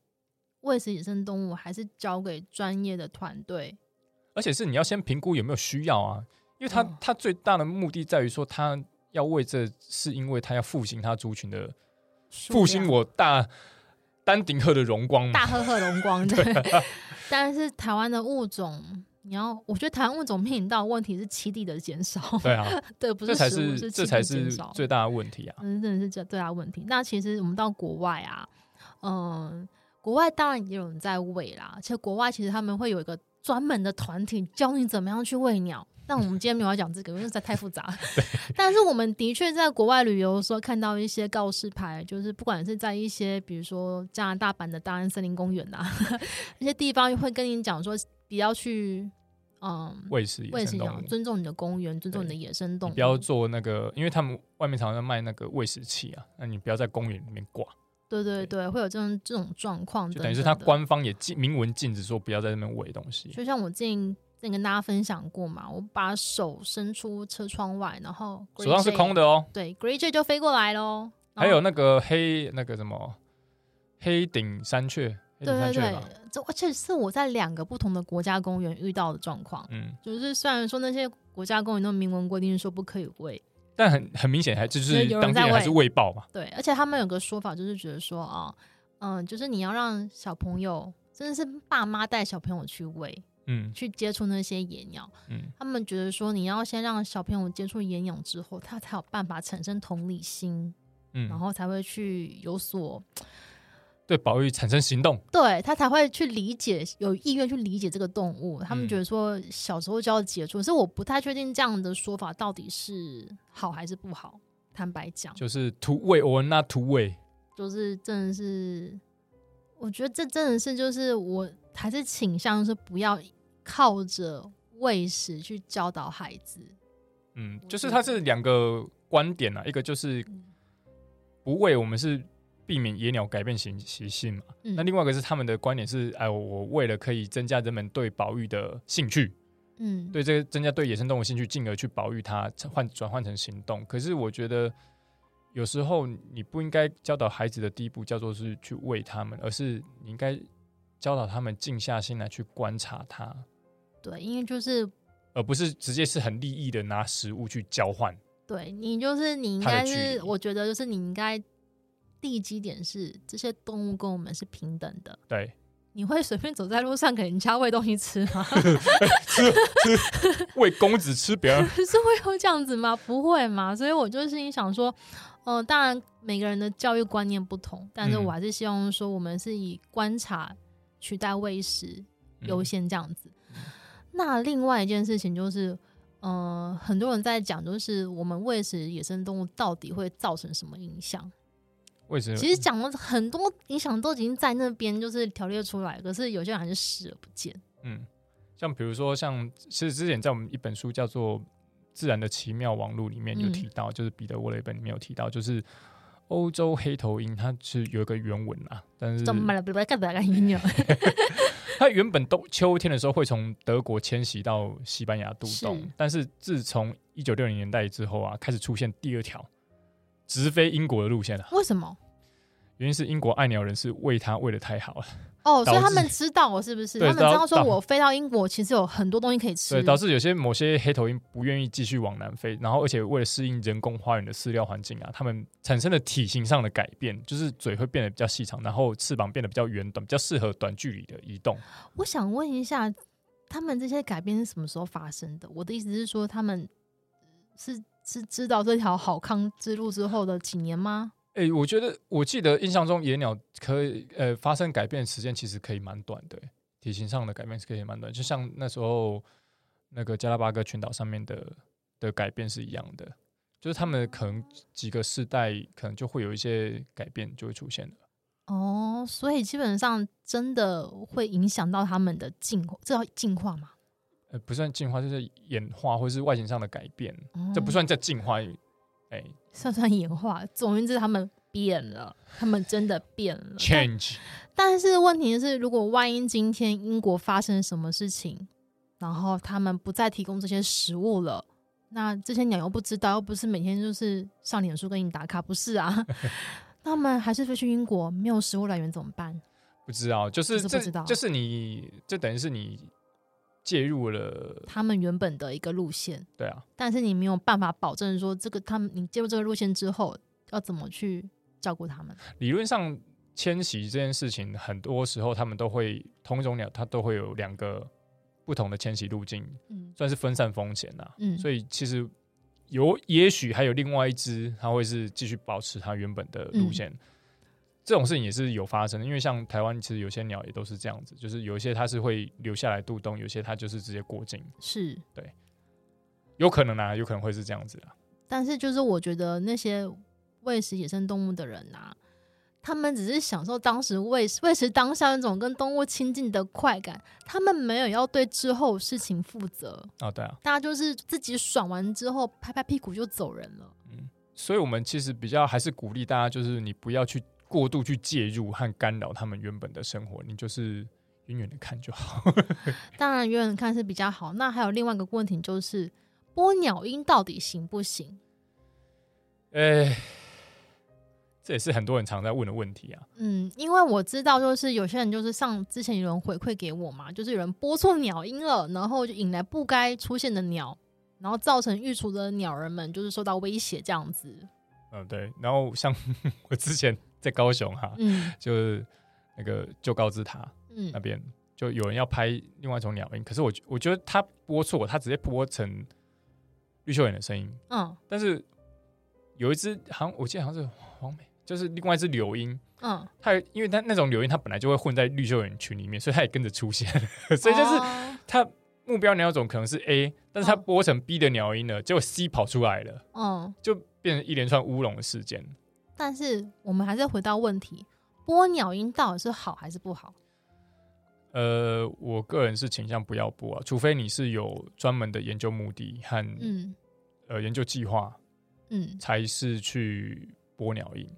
Speaker 1: 喂食野生动物还是交给专业的团队。
Speaker 2: 而且是你要先评估有没有需要啊，因为他、
Speaker 1: 嗯
Speaker 2: 他最大的目的在于说他要为这，是因为他要复兴他族群的复兴我大丹顶鹤的荣光嘛。
Speaker 1: 大赫赫荣 光，对。但是台湾的物种，你要，我觉得台湾物种面临到的问题是栖地的减少，
Speaker 2: 对啊，
Speaker 1: 对，不
Speaker 2: 这
Speaker 1: 是
Speaker 2: 才
Speaker 1: 食物，
Speaker 2: 是
Speaker 1: 栖
Speaker 2: 这
Speaker 1: 地
Speaker 2: 才
Speaker 1: 减
Speaker 2: 是
Speaker 1: 少。
Speaker 2: 最大的问题啊。
Speaker 1: 嗯，真的是这最大的问题。那其实我们到国外啊，嗯，国外当然也有人在喂啦，而且国外其实他们会有一个专门的团体教你怎么样去喂鸟。但我们今天没有要讲这个，因为实在太复杂。 但是我们的确在国外旅游的时候看到一些告示牌，就是不管是在一些比如说加拿大版的大安森林公园啊， 一些地方会跟你讲说不要去，嗯，
Speaker 2: 喂食野
Speaker 1: 喂
Speaker 2: 生
Speaker 1: 食
Speaker 2: 动
Speaker 1: 鸟，
Speaker 2: 物，
Speaker 1: 尊重你的公园，尊重你的
Speaker 2: 对
Speaker 1: 野生动
Speaker 2: 你
Speaker 1: 物，
Speaker 2: 不要做那个，因为他们外面常常卖那个喂食器啊，那你不要在公园里面挂，
Speaker 1: 对对
Speaker 2: 对
Speaker 1: 对，会有这种这种状况，
Speaker 2: 就等于是他。官方也禁明文禁止说不要在那边喂东西。
Speaker 1: 就像我之前之前跟大家分享过嘛，我把手伸出车窗外，然后
Speaker 2: 手上是
Speaker 1: Grey
Speaker 2: 空
Speaker 1: Jay-
Speaker 2: 的哦，
Speaker 1: 对，Grey J 就飞过来喽。然
Speaker 2: 还有
Speaker 1: 后
Speaker 2: 那个黑那个什么黑顶山雀，黑顶
Speaker 1: 对
Speaker 2: 山
Speaker 1: 对
Speaker 2: 雀
Speaker 1: 对
Speaker 2: 吧，，
Speaker 1: 这而且是我在两个不同的国家公园遇到的状况，
Speaker 2: 嗯，
Speaker 1: 就是虽然说那些国家公园都明文规定说不可以喂，
Speaker 2: 但很很明显还就
Speaker 1: 就是
Speaker 2: 是
Speaker 1: 有人
Speaker 2: 当地
Speaker 1: 在
Speaker 2: 人还是
Speaker 1: 喂
Speaker 2: 喂爆嘛，
Speaker 1: 对，而且他们有个说法就是觉得说啊，嗯，就是你要让小朋友真的是爸妈带小朋友去喂，
Speaker 2: 嗯
Speaker 1: 去接触那些野鸟，
Speaker 2: 嗯，
Speaker 1: 他们觉得说，你要先让小朋友接触演养之后，他才有办法产生同理心，然
Speaker 2: 嗯，
Speaker 1: 后才会去有所
Speaker 2: 对保育产生行动，
Speaker 1: 对他才会去理解，有意愿去理解这个动物。他们
Speaker 2: 嗯
Speaker 1: 觉得说小时候就要接触，所以我不太确定这样的说法到底是好还是不好。坦白讲，
Speaker 2: 就是 to wait or not to wait，
Speaker 1: 就是真的是，我觉得这真的是就是我还是倾向是不要靠着喂食去教导孩子。
Speaker 2: 嗯，
Speaker 1: 我
Speaker 2: 就是
Speaker 1: 觉
Speaker 2: 它
Speaker 1: 得嗯
Speaker 2: 是两个观点啊，一个就是不喂，我们是避免野鸟改变习习性嘛，
Speaker 1: 嗯
Speaker 2: 那另外一个是他们的观点是，哎，我我为了可以增加人们对保育的兴趣，
Speaker 1: 嗯，
Speaker 2: 对这个增加对野生动物兴趣，进而去保育它，换转换成行动。可是我觉得有时候你不应该教导孩子的第一步叫做是去喂他们，而是你应该教导他们静下心来去观察它，
Speaker 1: 对，因为就是
Speaker 2: 而不是直接是很利益的拿食物去交换。
Speaker 1: 对你就是你应
Speaker 2: 它的
Speaker 1: 该
Speaker 2: 距
Speaker 1: 是
Speaker 2: 离，
Speaker 1: 我觉得就是你应该第几点是这些动物跟我们是平等的。
Speaker 2: 对，
Speaker 1: 你会随便走在路上给人家喂东西吃吗？
Speaker 2: 喂公子吃别 人，
Speaker 1: 是会有这样子吗？不会嘛。所以我就心里想说，嗯、当然每个人的教育观念不同，但是
Speaker 2: 嗯
Speaker 1: 我还是希望说我们是以观察取代喂食，优
Speaker 2: 嗯
Speaker 1: 先这样子。 那另外一件事情就是，呃，很多人在讲，就是我们喂食野生动物到底会造成什么影响？
Speaker 2: 为什么？
Speaker 1: 其实讲了很多影响都已经在那边，就是条列出来，可是有些人还是视而不见。
Speaker 2: 嗯，像比如说像，其实之前在我们一本书叫做《自然的奇妙网络》里面有
Speaker 1: 嗯
Speaker 2: 提到，就是彼得沃雷本里面有提到，就是欧洲黑头鹰，它是有一个原文啊，但是
Speaker 1: 怎么了？不要干不要干音乐，
Speaker 2: 它原本冬秋天的时候会从德国迁徙到西班牙度冬，
Speaker 1: 是
Speaker 2: 但是自从一九六零年代之后啊，开始出现第二条直飞英国的路线了、 啊
Speaker 1: 为什么？
Speaker 2: 原因是英国爱鸟人是喂它喂的太好啊了，
Speaker 1: 哦，
Speaker 2: 导
Speaker 1: 所以他
Speaker 2: 致
Speaker 1: 们知道我是不是？
Speaker 2: 对
Speaker 1: 他们知道
Speaker 2: 导
Speaker 1: 说
Speaker 2: 导
Speaker 1: 我飞到英国，其实有很多东西可以吃
Speaker 2: 对，。导致有些某些黑头鹰不愿意继续往南飞，然后而且为了适应人工花园的饲料环境啊，它们产生了体型上的改变，就是嘴会变得比较细长，然后翅膀变得比较圆短，比较适合短距离的移动。
Speaker 1: 我想问一下，他们这些改变是什么时候发生的？我的意思是说，他们是是知道这条好康之路之后的几年吗？
Speaker 2: 诶、我觉得我记得印象中野鸟可以呃发生改变的时间其实可以蛮短的、体型上的改变是可以蛮短，就像那时候那个加拉巴哥群岛上面的的改变是一样的，就是他们可能几个世代可能就会有一些改变就会出现了。
Speaker 1: 哦，所以基本上真的会影响到他们的进化，这叫进化嘛？
Speaker 2: 呃，不算进化，就是演化或是外形上的改变，
Speaker 1: 哦
Speaker 2: 这不算叫进化。哎、
Speaker 1: 算不算演化？总而言之，他们变了，他们真的变了。
Speaker 2: c h a n g e
Speaker 1: 但是问题是，如果万一今天英国发生什么事情，然后他们不再提供这些食物了，那这些鸟又不知道，又不是每天就是上脸书跟你打卡，不是 啊？那他们还是飞去英国，没有食物来源怎么办？
Speaker 2: 不知道，就是
Speaker 1: 就是不
Speaker 2: 这
Speaker 1: 知道
Speaker 2: 就是你，这等于是你介入了，
Speaker 1: 他们原本的一个路线，
Speaker 2: 对啊，
Speaker 1: 但是你没有办法保证说这个他们你介入这个路线之后要怎么去照顾他们。
Speaker 2: 理论上迁徙这件事情，很多时候他们都会同一种鸟，它都会有两个不同的迁徙路径，
Speaker 1: 嗯
Speaker 2: 算是分散风险啊呐、
Speaker 1: 嗯，
Speaker 2: 所以其实有，也许还有另外一只，它会是继续保持它原本的路线。这种事情也是有发生的，因为像台湾其实有些鸟也都是这样子，就是有一些它是会留下来度冬，有些它就是直接过境，
Speaker 1: 是
Speaker 2: 有可能啊，有可能会是这样子啊。
Speaker 1: 但是就是我觉得那些喂食野生动物的人啊，他们只是享受当时喂食喂食当下那种跟动物亲近的快感，他们没有要对之后事情负责，
Speaker 2: 哦，对啊，
Speaker 1: 大家就是自己爽完之后拍拍屁股就走人了。
Speaker 2: 所以我们其实比较还是鼓励大家，就是你不要去过度去介入和干扰他们原本的生活，你就是远远的看就好。
Speaker 1: 当然远远看是比较好。那还有另外一个问题就是，播鸟音到底行不行？
Speaker 2: 哎、这也是很多人常在问的问题啊。
Speaker 1: 嗯，因为我知道，就是有些人就是上之前有人回馈给我嘛，就是有人播错鸟音了，然后就引来不该出现的鸟，然后造成育雏的鸟人们就是受到威胁这样子。
Speaker 2: 嗯，对。然后像 我之前在高雄哈、
Speaker 1: 嗯
Speaker 2: 就是那个旧高之塔那
Speaker 1: 嗯，
Speaker 2: 边，就有人要拍另外一种鸟音，可是我觉我觉得他播错，他直接播成绿袖眼的声音，
Speaker 1: 嗯
Speaker 2: 但是有一只好像我记得好像是黄美，就是另外一只柳莺，
Speaker 1: 嗯，
Speaker 2: 它因为它那种柳莺它本来就会混在绿袖眼群里面，所以它也跟着出现， 所以就是
Speaker 1: 哦
Speaker 2: 它目标鸟种可能是 A，但是它
Speaker 1: 嗯
Speaker 2: 播成 B 的鸟音了，结果 C 跑出来了，
Speaker 1: 嗯，
Speaker 2: 就变成一连串乌龙的事件。
Speaker 1: 但是我们还是回到问题，播鸟音到底是好还是不好？
Speaker 2: 呃，我个人是倾向不要播啊，除非你是有专门的研究目的和、
Speaker 1: 嗯
Speaker 2: 呃研究计划，
Speaker 1: 嗯
Speaker 2: 才是去播鸟音，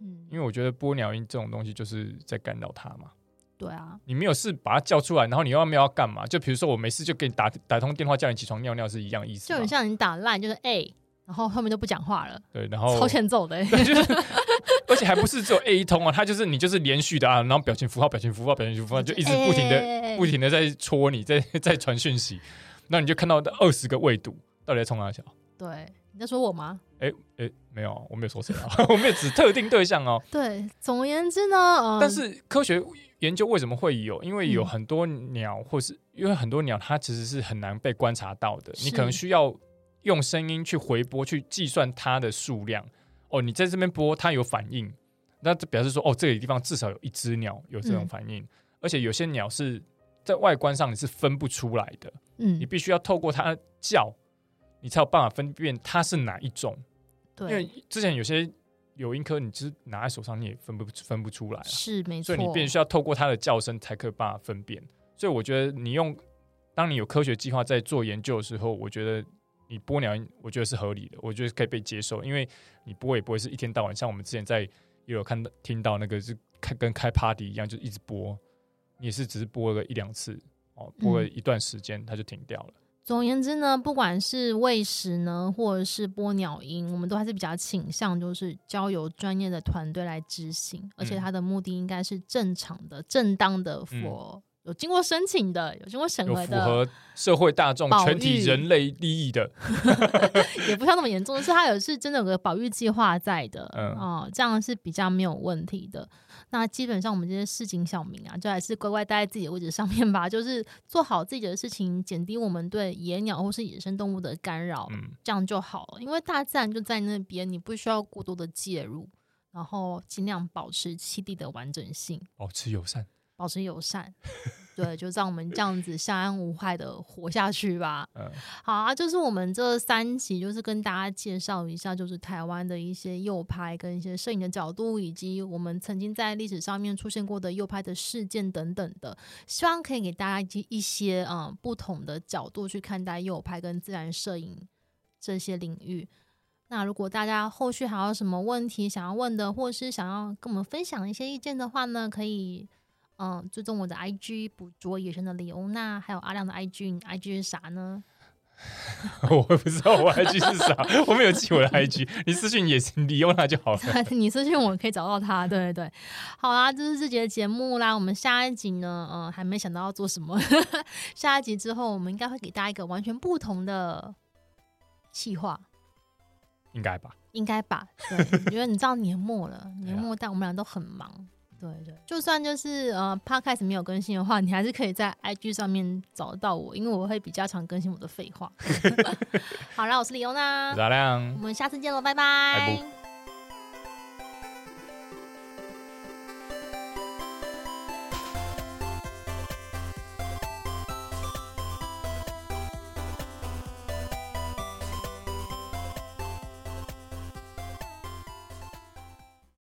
Speaker 1: 嗯，
Speaker 2: 因为我觉得播鸟音这种东西就是在干扰它嘛。
Speaker 1: 对啊，
Speaker 2: 你没有事把它叫出来，然后你又没有要干嘛？就比如说我没事就给你打打通电话叫你起床尿尿是一样意思
Speaker 1: 就
Speaker 2: 嘛，
Speaker 1: 很像你打烂，就是哎、然后后面就不讲话了，
Speaker 2: 对，然后
Speaker 1: 超欠揍的、欸。
Speaker 2: 对，就是， 而且还不是只有 A 一通啊，它就是你就是连续的啊，然后表情符号、表情符号、表情符号就一直不停的、
Speaker 1: 哎
Speaker 2: 不停的在戳你，在 在传讯息，那你就看到二十个未读，到底在冲哪小？
Speaker 1: 对，你在说我吗？
Speaker 2: 哎、哎、没有啊，我没有说谁啊， 我没有指特定对象哦、
Speaker 1: 对，总而言之呢，嗯、
Speaker 2: 但是科学研究为什么会有？因为有
Speaker 1: 嗯
Speaker 2: 很多鸟，或是因为很多鸟，它其实是很难被观察到的。你
Speaker 1: 是
Speaker 2: 可能需要用声音去回波，去计算它的数量。哦，你在这边播，它有反应，那这表示说，哦，这个地方至少有一只鸟有这种
Speaker 1: 嗯
Speaker 2: 反应。而且有些鸟是在外观上你是分不出来的，你
Speaker 1: 嗯，
Speaker 2: 必须要透过它叫，你才有办法分辨它是哪一种。因为
Speaker 1: 对，
Speaker 2: 之前有些柳莺科，你就是拿在手上你也分不分不出来啊，
Speaker 1: 是没
Speaker 2: 所
Speaker 1: 错，
Speaker 2: 以你必须要透过它的叫声才可以把它分辨。所以我觉得你用，当你有科学计划在做研究的时候，我觉得你播鸟，我觉得是合理的，我觉得可以被接受，因为你播也不会是一天到晚，像我们之前在也有看到听到那个是开跟开 party 一样，就一直播，你也是只是播了一两次哦，播了
Speaker 1: 嗯
Speaker 2: 一段时间它就停掉了。
Speaker 1: 总而言之呢，不管是喂食呢，或者是播鸟音，我们都还是比较倾向就是交由专业的团队来执行，而且
Speaker 2: 嗯
Speaker 1: 它的目的应该是正常的、正当的，for 有经过申请的、有经过审
Speaker 2: 有
Speaker 1: 核
Speaker 2: 符
Speaker 1: 的，
Speaker 2: 合社会大众、
Speaker 1: 保
Speaker 2: 全体
Speaker 1: 育
Speaker 2: 人类利益的，
Speaker 1: 也不像那么严重，是它有是真的有个保育计划在的，
Speaker 2: 嗯
Speaker 1: 哦、这样是比较没有问题的。那基本上我们这些市井小民啊，就还是乖乖待在自己的位置上面吧，就是做好自己的事情，减低我们对野鸟或是野生动物的干扰。
Speaker 2: 嗯，
Speaker 1: 这样就好了，因为大自然就在那边，你不需要过多的介入，然后尽量保持栖地的完整性，
Speaker 2: 保持哦友善。
Speaker 1: 保持友善。 对，就让我们这样子相安无害的活下去吧。
Speaker 2: 嗯，
Speaker 1: 好啊，就是我们这三集，就是跟大家介绍一下，就是台湾的一些右派跟一些摄影的角度，以及我们曾经在历史上面出现过的右派的事件等等的，希望可以给大家一些一些嗯不同的角度去看待右派跟自然摄影这些领域。那如果大家后续还有什么问题想要问的，或是想要跟我们分享一些意见的话呢，可以嗯追踪我的 IG 捕捉野生的李欧娜，还有阿亮的 IG，你 IG 是啥呢？
Speaker 2: 我也不知道我 IG 是啥， 我没有记我的 IG，你私信也行，你用它就 好了。
Speaker 1: 你私信我可以找到他，对对对。好啦，这是这节的节目啦。我们下一集呢，嗯、还没想到要做什么。 下一集之后，我们应该会给大家一个完全不同的计划，
Speaker 2: 应该吧？
Speaker 1: 应该吧？对， 因为你知道年末了，年
Speaker 2: 对啊
Speaker 1: 末但我们俩都很忙。对对，就算就是呃，podcast 没有更新的话，你还是可以在 IG 上面找到我，因为我会比较常 更新我的废话。好啦，我是李欧娜嗯
Speaker 2: 我是，阿亮
Speaker 1: 我，们下次见喽，拜拜
Speaker 2: 拜拜。